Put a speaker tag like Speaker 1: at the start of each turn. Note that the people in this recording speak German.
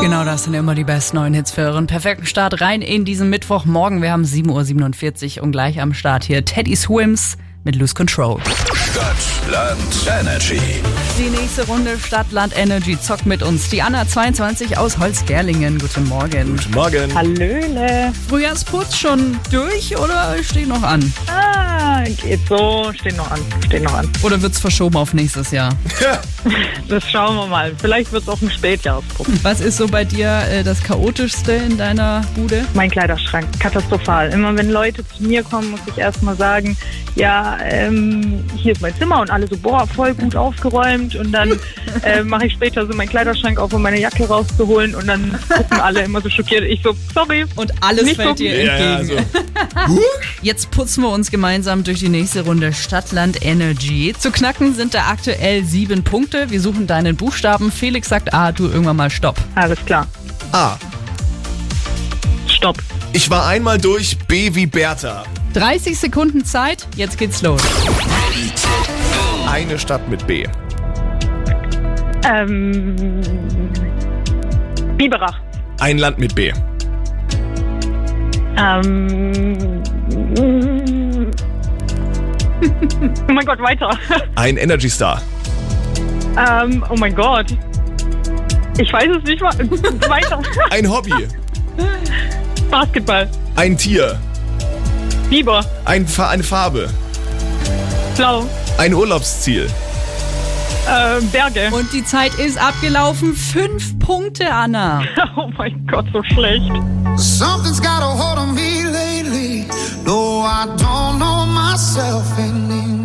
Speaker 1: Genau, das sind immer die besten neuen Hits für euren perfekten Start rein in diesen Mittwochmorgen. Wir haben 7.47 Uhr und gleich am Start hier Teddy Swims mit Loose Control.
Speaker 2: Stadt, Land, Energy.
Speaker 1: Die nächste Runde Stadtland Energy zockt mit uns. Die Anna 22 aus Holzgerlingen. Guten Morgen.
Speaker 2: Guten Morgen.
Speaker 3: Hallöle.
Speaker 1: Frühjahrsputz schon durch oder steht noch an?
Speaker 3: Ah, geht so. Stehen noch an. Stehen noch an.
Speaker 1: Oder wird's verschoben auf nächstes Jahr?
Speaker 3: Das schauen wir mal. Vielleicht wird es auch ein Spätjahresputz.
Speaker 1: Was ist so bei dir äh, das chaotischste in deiner Bude?
Speaker 3: Hm. Mein Kleiderschrank, katastrophal. Immer wenn Leute zu mir kommen, muss ich erstmal sagen, ja, ähm, hier ist mein Zimmer und alle so, boah, voll gut aufgeräumt. Und dann äh, mache ich später so meinen Kleiderschrank auf, um meine Jacke rauszuholen. Und dann gucken alle immer so schockiert. Ich so, sorry.
Speaker 1: Und alles
Speaker 3: Nicht
Speaker 1: fällt
Speaker 3: gucken.
Speaker 1: dir
Speaker 2: Ja, ja,
Speaker 1: entgegen.
Speaker 2: also.
Speaker 1: Jetzt putzen wir uns gemeinsam durch die nächste Runde Stadtland Energy. Zu knacken sind da aktuell sieben Punkte. Wir suchen deinen Buchstaben. Felix sagt A, du irgendwann mal Stopp.
Speaker 3: Alles klar.
Speaker 2: A.
Speaker 3: Stopp.
Speaker 2: Ah, Ich war einmal durch B wie Bertha.
Speaker 1: 30 Sekunden Zeit, jetzt geht's los.
Speaker 2: Eine Stadt mit B.
Speaker 3: Ähm, Biberach.
Speaker 2: Ein Land mit B.
Speaker 3: Ähm, mm. oh mein Gott, weiter.
Speaker 2: Ein Energy Star.
Speaker 3: Ähm, oh mein Gott. Ich weiß es nicht. wa- Weiter.
Speaker 2: Ein Hobby.
Speaker 3: Basketball.
Speaker 2: Ein Tier.
Speaker 3: Biber.
Speaker 2: Ein Fa eine Farbe.
Speaker 3: Blau.
Speaker 2: Ein Urlaubsziel.
Speaker 3: Ähm, Berge.
Speaker 1: Und die Zeit ist abgelaufen. Fünf Punkte, Anna.
Speaker 3: Oh mein Gott, so schlecht.
Speaker 4: Something's got a hold on me lately. Though I don't know myself anymore.